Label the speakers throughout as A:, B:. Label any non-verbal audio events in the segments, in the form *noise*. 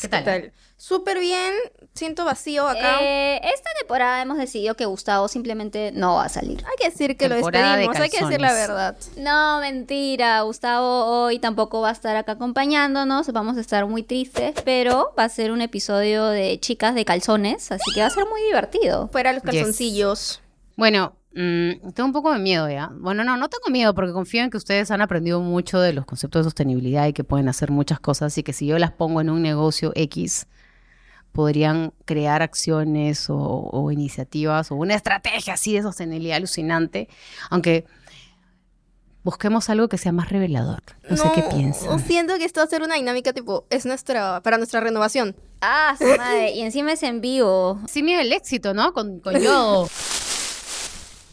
A: ¿Qué tal?
B: Súper bien, siento vacío acá.
C: Eh, esta temporada hemos decidido que Gustavo simplemente no va a salir.
B: hay que decir que lo
A: temporada de
B: despedimos, hay que decir la
A: calzones.
B: verdad.
C: No, mentira. Gustavo hoy tampoco va a estar acá acompañándonos. Vamos a estar muy tristes, pero va a ser un episodio de chicas de calzones, así que va a ser muy divertido.
B: Fuera los
A: Yes.
B: calzoncillos.
A: Bueno, mm, tengo un poco de miedo ya. Bueno, no, no tengo miedo porque confío en que ustedes han aprendido mucho de los conceptos de sostenibilidad y que pueden hacer muchas cosas y que si yo las pongo en un negocio X, podrían crear acciones o, o iniciativas o una estrategia así de sostenibilidad alucinante, aunque busquemos algo que sea más revelador. No, sé qué piensan.
B: Siento que esto va a ser una dinámica tipo, es nuestra, para nuestra renovación.
C: Ah, su madre. Y encima es en vivo.
A: Sí, miedo el éxito, ¿no? Con, con yodo.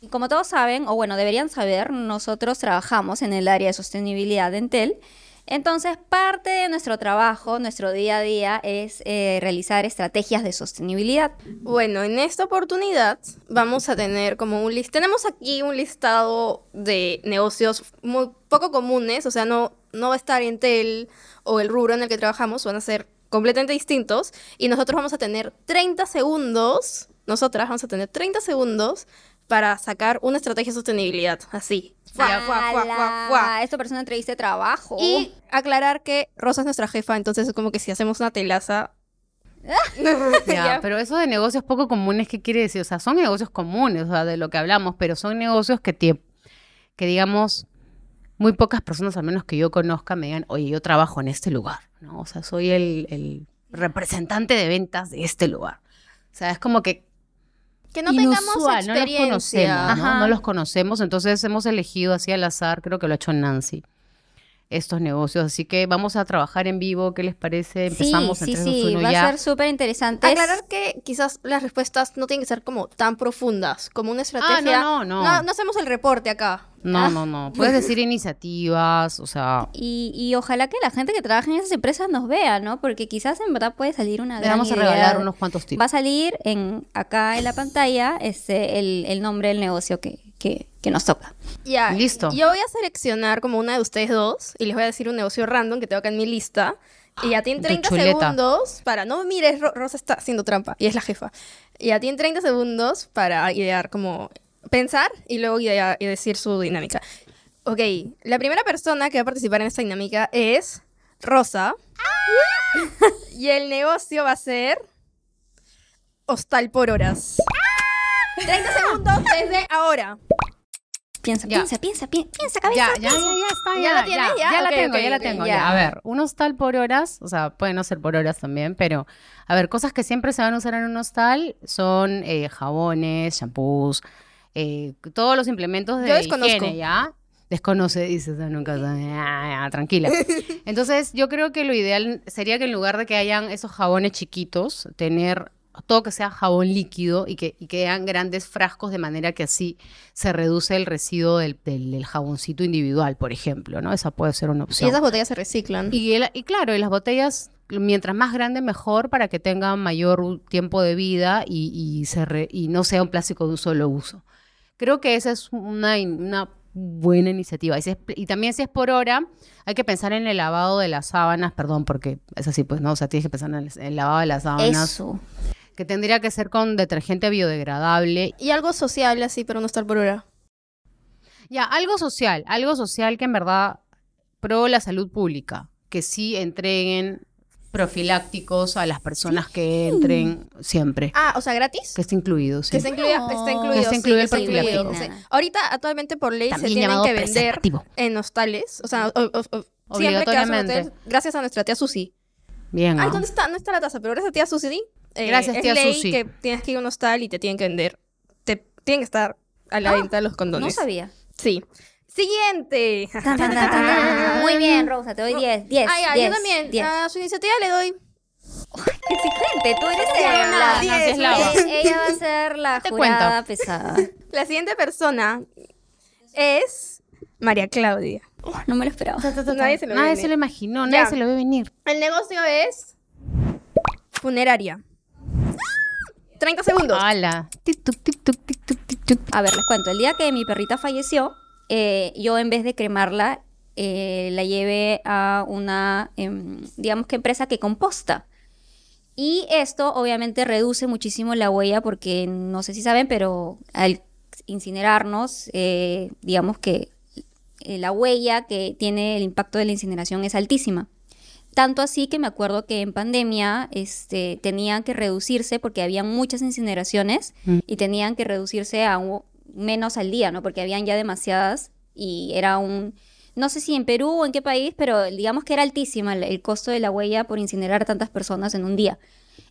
C: Y Como todos saben, o bueno, deberían saber, nosotros trabajamos en el área de sostenibilidad de Entel. Entonces, parte de nuestro trabajo, nuestro día a día, es eh, realizar estrategias de sostenibilidad.
B: Bueno, en esta oportunidad vamos a tener como un list, tenemos aquí un listado de negocios muy poco comunes, o sea, no, no va a estar Intel o el rubro en el que trabajamos, van a ser completamente distintos y nosotros vamos a tener 30 segundos, nosotras vamos a tener 30 segundos para sacar una estrategia de sostenibilidad, así. Fuá, fuá, fuá, fuá, fuá.
C: ¡Hala! Esto persona entrevista de trabajo.
B: Y
A: Oh.
B: aclarar que Rosa es nuestra jefa, entonces es como que si hacemos una telaza...
A: *laughs*
B: *laughs*
C: *laughs*
A: Ya, pero eso de negocios poco comunes, ¿qué quiere decir? O sea, son negocios comunes, o sea, de lo que hablamos, pero son negocios que, tie- que digamos, muy pocas personas, al menos que yo conozca, me digan, oye, yo trabajo en este lugar, ¿no? O sea, soy el, el representante de ventas de este lugar. O sea, es como que
B: Que no
A: inusual,
B: tengamos
A: no los
B: experiencia.
A: conocemos, ¿no? No los conocemos, entonces hemos elegido así al azar, creo que lo ha hecho Nancy, estos negocios. Así que vamos a trabajar en vivo, ¿qué les parece? Empezamos
C: sí,
A: en
C: sí,
A: 3,
C: sí,
A: 2, 1
C: va
A: ya.
C: a ser súper interesante.
B: Aclarar que quizás las respuestas no tienen que ser como tan profundas, como una estrategia.
A: Ah, no, no, no.
B: No hacemos el reporte acá.
A: No, no, no. *laughs* Puedes decir iniciativas, o sea,
C: Y, y ojalá que la gente que trabaja en esas empresas nos vea, ¿no? Porque quizás en verdad puede salir una
A: le
C: gran
A: vamos a
C: idea.
A: regalar unos cuantos tips.
C: Va a salir en, acá en la pantalla este, el, el nombre del negocio que, que, que nos toca.
B: Ya.
A: Listo.
B: Yo voy a seleccionar como una de ustedes dos y les voy a decir un negocio random que tengo acá en mi lista. Y a ti en
A: Tu
B: 30
A: chuleta.
B: segundos para. No mires, Ro- Rosa está haciendo trampa y es la jefa. Y a ti en 30 segundos para idear como. Pensar y luego idear y decir su dinámica. Ok, la primera persona que va a participar en esta dinámica es Rosa. *laughs* y el negocio va a ser. Hostal por horas. 30 segundos desde ahora.
C: Piensa,
A: Ya.
C: piensa, piensa, piensa, piensa, cabeza.
A: Ya, ya, ya, ya está,
B: ¿Ya
A: ya,
B: la tienes? Ya,
A: la
B: ok,
A: tengo,
B: ok,
A: ya la
B: ok,
A: tengo,
C: ya.
A: ya. A ver, un hostal por horas, o sea, puede no ser por horas también, pero, a ver, cosas que siempre se van a usar en un hostal son eh, jabones, shampoos, eh, todos los implementos de
B: Yo desconozco.
A: higiene, ¿ya? Desconoce, dices, "Ah, nunca sabe". Ah, ya, tranquila. Entonces, yo creo que lo ideal sería que en lugar de que hayan esos jabones chiquitos, tener todo que sea jabón líquido y que, y que hayan grandes frascos de manera que así se reduce el residuo del, del- del jaboncito individual, por ejemplo, ¿no? Esa puede ser una
B: Y
A: opción.
B: esas botellas se reciclan.
A: Y, el- y claro, y las botellas, mientras más grande, mejor para que tengan mayor u- tiempo de vida y, y se re- y no sea un plástico de un solo uso. Creo que esa es una, in- una buena iniciativa. Y, si es pl- y también si es por hora, hay que pensar en el lavado de las sábanas, perdón, porque es así, pues no, o sea, tienes que pensar en el, en el lavado de las sábanas,
C: Eso.
A: que tendría que ser con detergente biodegradable
B: Y algo social así, pero no estar por hora.
A: Ya, algo social, algo social que en verdad pro la salud pública, que sí entreguen profilácticos a las personas que entren siempre,
B: Ah, o sea, gratis.
A: que esté incluido, sí.
B: Que está incluido,
C: No.
B: está incluido.
A: Que está
B: sí,
A: incluido el
B: está
A: profiláctico.
B: incluido, sí. Ahorita, actualmente por ley,
A: También
B: se tienen
A: llamado
B: que vender
A: preservativo.
B: en hostales. O sea, o- o- o- siempre que vas a un
A: Obligatoriamente.
B: hotel, gracias a nuestra tía Susi.
A: Bien.
B: Ay,
A: ¿no?
B: ¿dónde está? No está la taza, pero gracias a tía Susi. eh,
A: Gracias,
B: es
A: tía
B: ley
A: Susi.
B: que tienes que ir a un hostal y te tienen que vender. Te tienen que estar a
A: Ah,
B: la venta los condones.
C: No sabía.
B: Sí. Siguiente.
C: Tan, tan, tan, tan, tan. Muy bien, Rosa, te doy 10, 10,
B: *laughs* Ay, ay,
C: 10,
B: yo también.
C: 10.
B: A su iniciativa le doy.
C: Exigente, tú eres
B: Ya,
C: la-
B: diez,
A: Nancy es la-
C: *laughs* Eh, Ella va a ser la
A: Te
C: jurada pesada.
B: La siguiente persona es María Claudia.
C: Oh, *laughs* no me lo esperaba.
B: Nadie se
C: Ah,
B: lo
A: nadie
B: viene.
A: se lo imaginó,
B: Ya.
A: nadie se lo ve venir.
B: El negocio es funeraria. 30 segundos.
A: Ala. Tic, tuc, tic, tuc, tic, tuc, tic, tuc.
C: A ver, les cuento. El día que mi perrita falleció, eh, yo en vez de cremarla, eh, la llevé a una, em, digamos que empresa que composta. Y esto obviamente reduce muchísimo la huella porque no sé si saben, pero al incinerarnos, eh, digamos que eh, la huella que tiene el impacto de la incineración es altísima. Tanto así que me acuerdo que en pandemia este, tenían que reducirse porque había muchas incineraciones
A: Mm.
C: y tenían que reducirse a un- menos al día, ¿no? Porque habían ya demasiadas y era un... No sé si en Perú o en qué país, pero digamos que era altísima el, el costo de la huella por incinerar tantas personas en un día.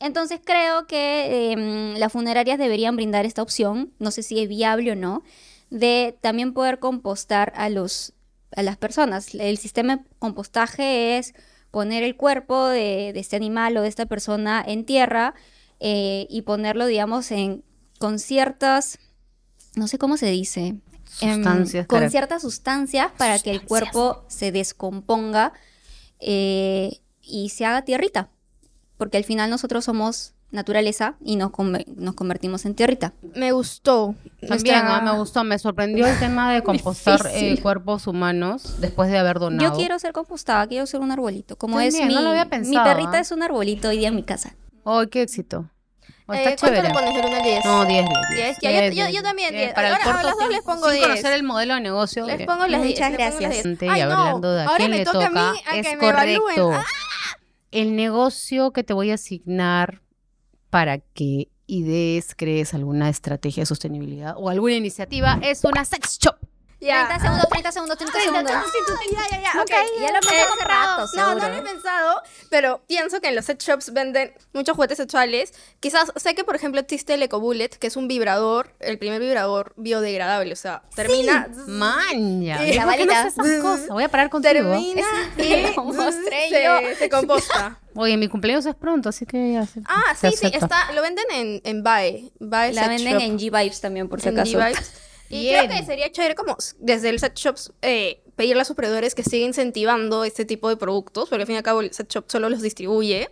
C: Entonces creo que em, las funerarias deberían brindar esta opción, no sé si es viable o no, de también poder compostar a, los, a las personas. El sistema de compostaje es poner el cuerpo de, de este animal o de esta persona en tierra eh, y ponerlo, digamos, en, con ciertas, no sé cómo se dice, em,
A: Sustancias,
C: con
A: carac-
C: ciertas sustancias para que el cuerpo se descomponga eh, y se haga tierrita. Porque al final nosotros somos naturaleza y nos, conver- nos convertimos en tierrita.
B: Me gustó.
A: También
B: Está-
A: ah, me gustó, me sorprendió el tema de compostar eh,
C: Difícil.
A: cuerpos humanos después de haber donado.
C: Yo quiero ser compostada, quiero ser un arbolito. Como es
A: También,
C: mi,
A: no lo había
C: mi
A: pensado,
C: perrita
A: ¿ah?
C: es un arbolito hoy día en mi casa.
A: ¡Ay, qué éxito! Oh,
B: Eh,
A: está
B: ¿Cuánto
A: chévere.
B: le pones del 1 al 10?
A: No, 10.
B: Diez, ya, yo- yo- yo también, diez.
A: Para el
B: Ahora a
A: corto
B: las dos les
A: tiempo,
B: pongo
A: sin
B: diez.
A: conocer el modelo de negocio.
B: Les
A: que-
B: pongo las 10. les
C: Muchas
B: pongo las
C: gracias.
B: 10.
A: Y
B: Ay, no.
A: hablando de a
B: Ahora
A: quién
B: me
A: le
B: toca a
A: toca,
B: mí a
A: es
B: que me evalúen.
A: correcto.
B: Ah,
A: El negocio que te voy a asignar para que idees, crees alguna estrategia de sostenibilidad o alguna iniciativa es una sex shop.
C: 30 segundos, 30 segundos, 30 segundos.
B: Ya, ya, ya,
C: No
B: ok.
C: caí, ya lo pensé hace
B: comprado.
C: rato,
B: No, no
C: seguro.
B: lo he pensado, pero pienso que en los set shops venden muchos juguetes sexuales. Quizás, sé que por ejemplo existe el Eco Bullet, que es un vibrador, el primer vibrador biodegradable, o sea, termina...
A: Maña.
B: Y
A: ¿por qué no
C: balita.
A: haces esas cosas? Voy a parar contigo.
B: Termina
C: Es-
B: y
C: lo mostré
B: se,
C: yo.
B: se composta.
A: Oye, mi cumpleaños es pronto, así que ya se-
B: Ah,
A: se
B: sí, sí,
A: acepta.
B: está, lo venden en, en Buy. Buy
C: La
B: Set
C: venden
B: Shop.
C: en G-Vibes también, por si
B: en
C: acaso. *laughs*
B: G-Vibes. Y
A: Bien.
B: creo que sería chévere como s- desde el set shops eh, pedirle a sus proveedores que siga incentivando este tipo de productos, porque al fin y al cabo el set shop solo los distribuye.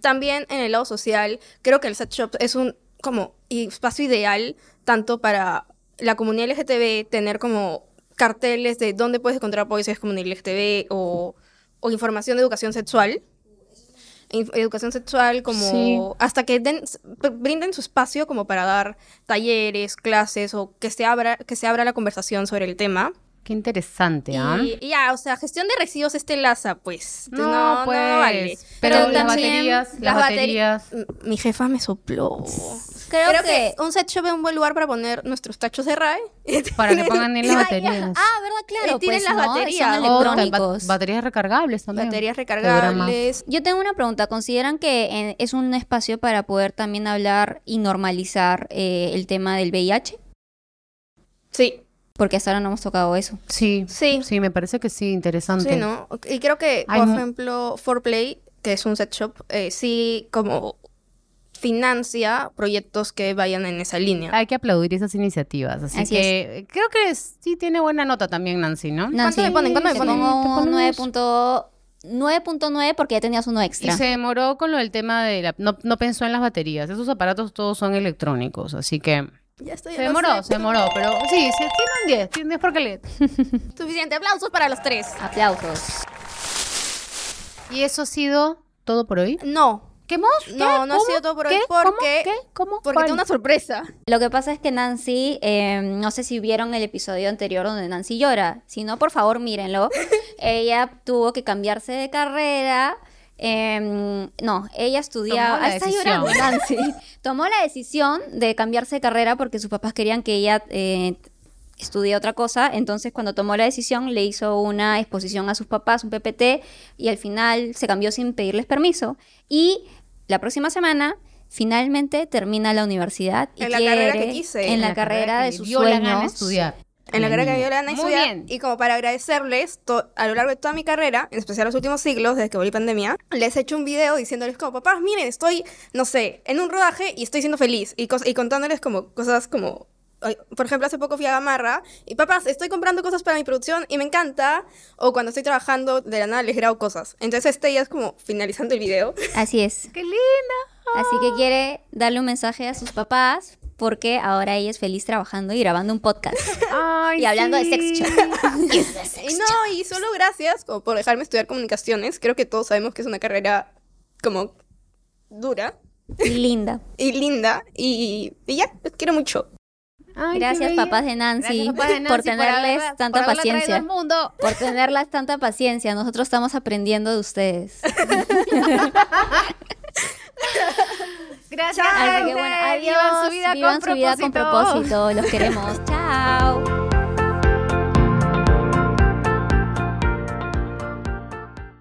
B: También en el lado social, creo que el set shop es un como i- espacio ideal tanto para la comunidad LGTB tener como carteles de dónde puedes encontrar apoyo si es comunidad LGTB o, o información de educación sexual. In- educación sexual como
A: Sí.
B: hasta que den, s- br- brinden su espacio como para dar talleres, clases o que se abra, que se abra la conversación sobre el tema.
A: Qué interesante,
B: Y,
A: ¿ah?
B: y ya, o sea, gestión de residuos es telaza, pues.
A: No,
B: No, no
A: pues.
B: vale.
A: Pero,
C: Pero
A: las
C: también
A: baterías, las
B: las bateri-
A: baterías.
B: M- Mi jefa me sopló.
C: Creo,
B: Creo
C: que...
B: que un set shop es un buen lugar para poner nuestros tachos de RAE.
A: Para
B: *laughs*
A: que pongan en las
C: Ah, ya.
A: baterías.
C: Ah, ¿verdad? Claro,
B: Y tienen
C: pues,
B: las
C: ¿no?
B: baterías.
C: Son
A: Oh, ta- ba-
C: electrónicos.
A: baterías recargables también.
B: Baterías
A: Te dura más.
B: recargables.
C: Yo tengo una pregunta. ¿Consideran que eh, es un espacio para poder también hablar y normalizar eh, el tema del VIH?
B: Sí,
C: Porque hasta ahora no hemos tocado eso.
A: Sí,
B: sí.
A: sí, me parece que sí, interesante.
B: Sí, ¿no? Y creo que,
A: Hay
B: por
A: mu-
B: ejemplo, 4Play, que es un set shop, eh, sí como financia proyectos que vayan en esa línea.
A: Hay que aplaudir esas iniciativas. Así,
C: Así
A: que creo que es- sí tiene buena nota también Nancy, ¿no?
C: Nancy,
B: me ponen? ¿Cuánto me
C: te
B: ponen?
A: Te
C: pongo Mm, un
A: ponemos-
C: 9.9 9.9 porque ya tenías uno
A: Y
C: extra.
A: se demoró con lo del tema de la... No, no pensó en las baterías. Esos aparatos todos son electrónicos, así que...
B: Ya estoy,
A: Se
B: no
A: demoró,
B: sé.
A: se demoró, pero sí, sí, tiene un 10, tiene un 10 porque le...
B: *laughs* Suficiente, aplausos para los tres.
C: Aplausos.
A: Y eso ha sido todo por hoy.
B: No,
A: ¿Qué hemos? ¿Qué?
B: No, no ha
A: ¿Cómo?
B: sido todo por hoy
A: ¿Qué?
B: porque-
A: ¿Cómo? ¿Qué? ¿Cómo?
B: porque
A: ¿Cuál?
B: tengo una sorpresa.
C: Lo que pasa es que Nancy, eh, no sé si vieron el episodio anterior donde Nancy llora. Si no, por
A: *laughs*
C: favor, mírenlo. Ella tuvo que cambiarse de carrera. eh, no, ella estudiaba.
A: Tomó la
C: Ah, está
A: decisión. *laughs*
C: llorando, Nancy. Tomó la decisión de cambiarse de carrera porque sus papás querían que ella eh, estudié otra cosa, entonces cuando tomó la decisión le hizo una exposición a sus papás, un PPT, y al final se cambió sin pedirles permiso. Y la próxima semana finalmente termina la universidad. Y
B: En la carrera que
C: quiere-
B: quise.
C: En la, carrera, de
A: que
C: sus
A: le dio la
C: sueños.
A: gana de estudiar.
B: En la carrera que yo la
A: Muy
B: estudiar,
A: bien.
B: Y como para agradecerles, to- a lo largo de toda mi carrera, en especial los últimos siglos, desde que volví pandemia, les he hecho un video diciéndoles como, papás, miren, estoy, no sé, en un rodaje y estoy siendo feliz. Y, cos- y contándoles como cosas como... ay, Por ejemplo, hace poco fui a Gamarra y papás, estoy comprando cosas para mi producción y me encanta. O cuando estoy trabajando, de la nada les grabo cosas. Entonces, este ya es como finalizando
A: *laughs*
B: el video.
C: Así es.
A: ¡Qué linda!
C: Así que quiere darle un mensaje a sus papás porque ahora ella es feliz trabajando y grabando un podcast.
A: Ay,
C: *laughs* y *laughs* hablando
A: sí.
C: de sexo.
B: *laughs* Y no, y solo gracias como por dejarme estudiar comunicaciones. Creo que todos sabemos que es una carrera como dura
C: *laughs* Y linda.
B: y linda y, y ya, los quiero mucho.
A: Ay, qué
C: Gracias,
A: bella.
C: papás de Nancy,
A: Gracias, papás de
C: *laughs* por
A: Nancy,
C: tenerles
A: haberla-
C: tanta
A: por haberla traído
C: paciencia.
A: al mundo.
C: Por tenerlas tanta paciencia. Nosotros estamos aprendiendo de ustedes.
A: Gracias.
C: Así que
A: gente.
C: bueno,
A: Vivan
C: adiós.
A: su vida,
C: Vivan
A: con,
C: su vida
A: propósito.
C: *laughs* con propósito. Los queremos. Chao.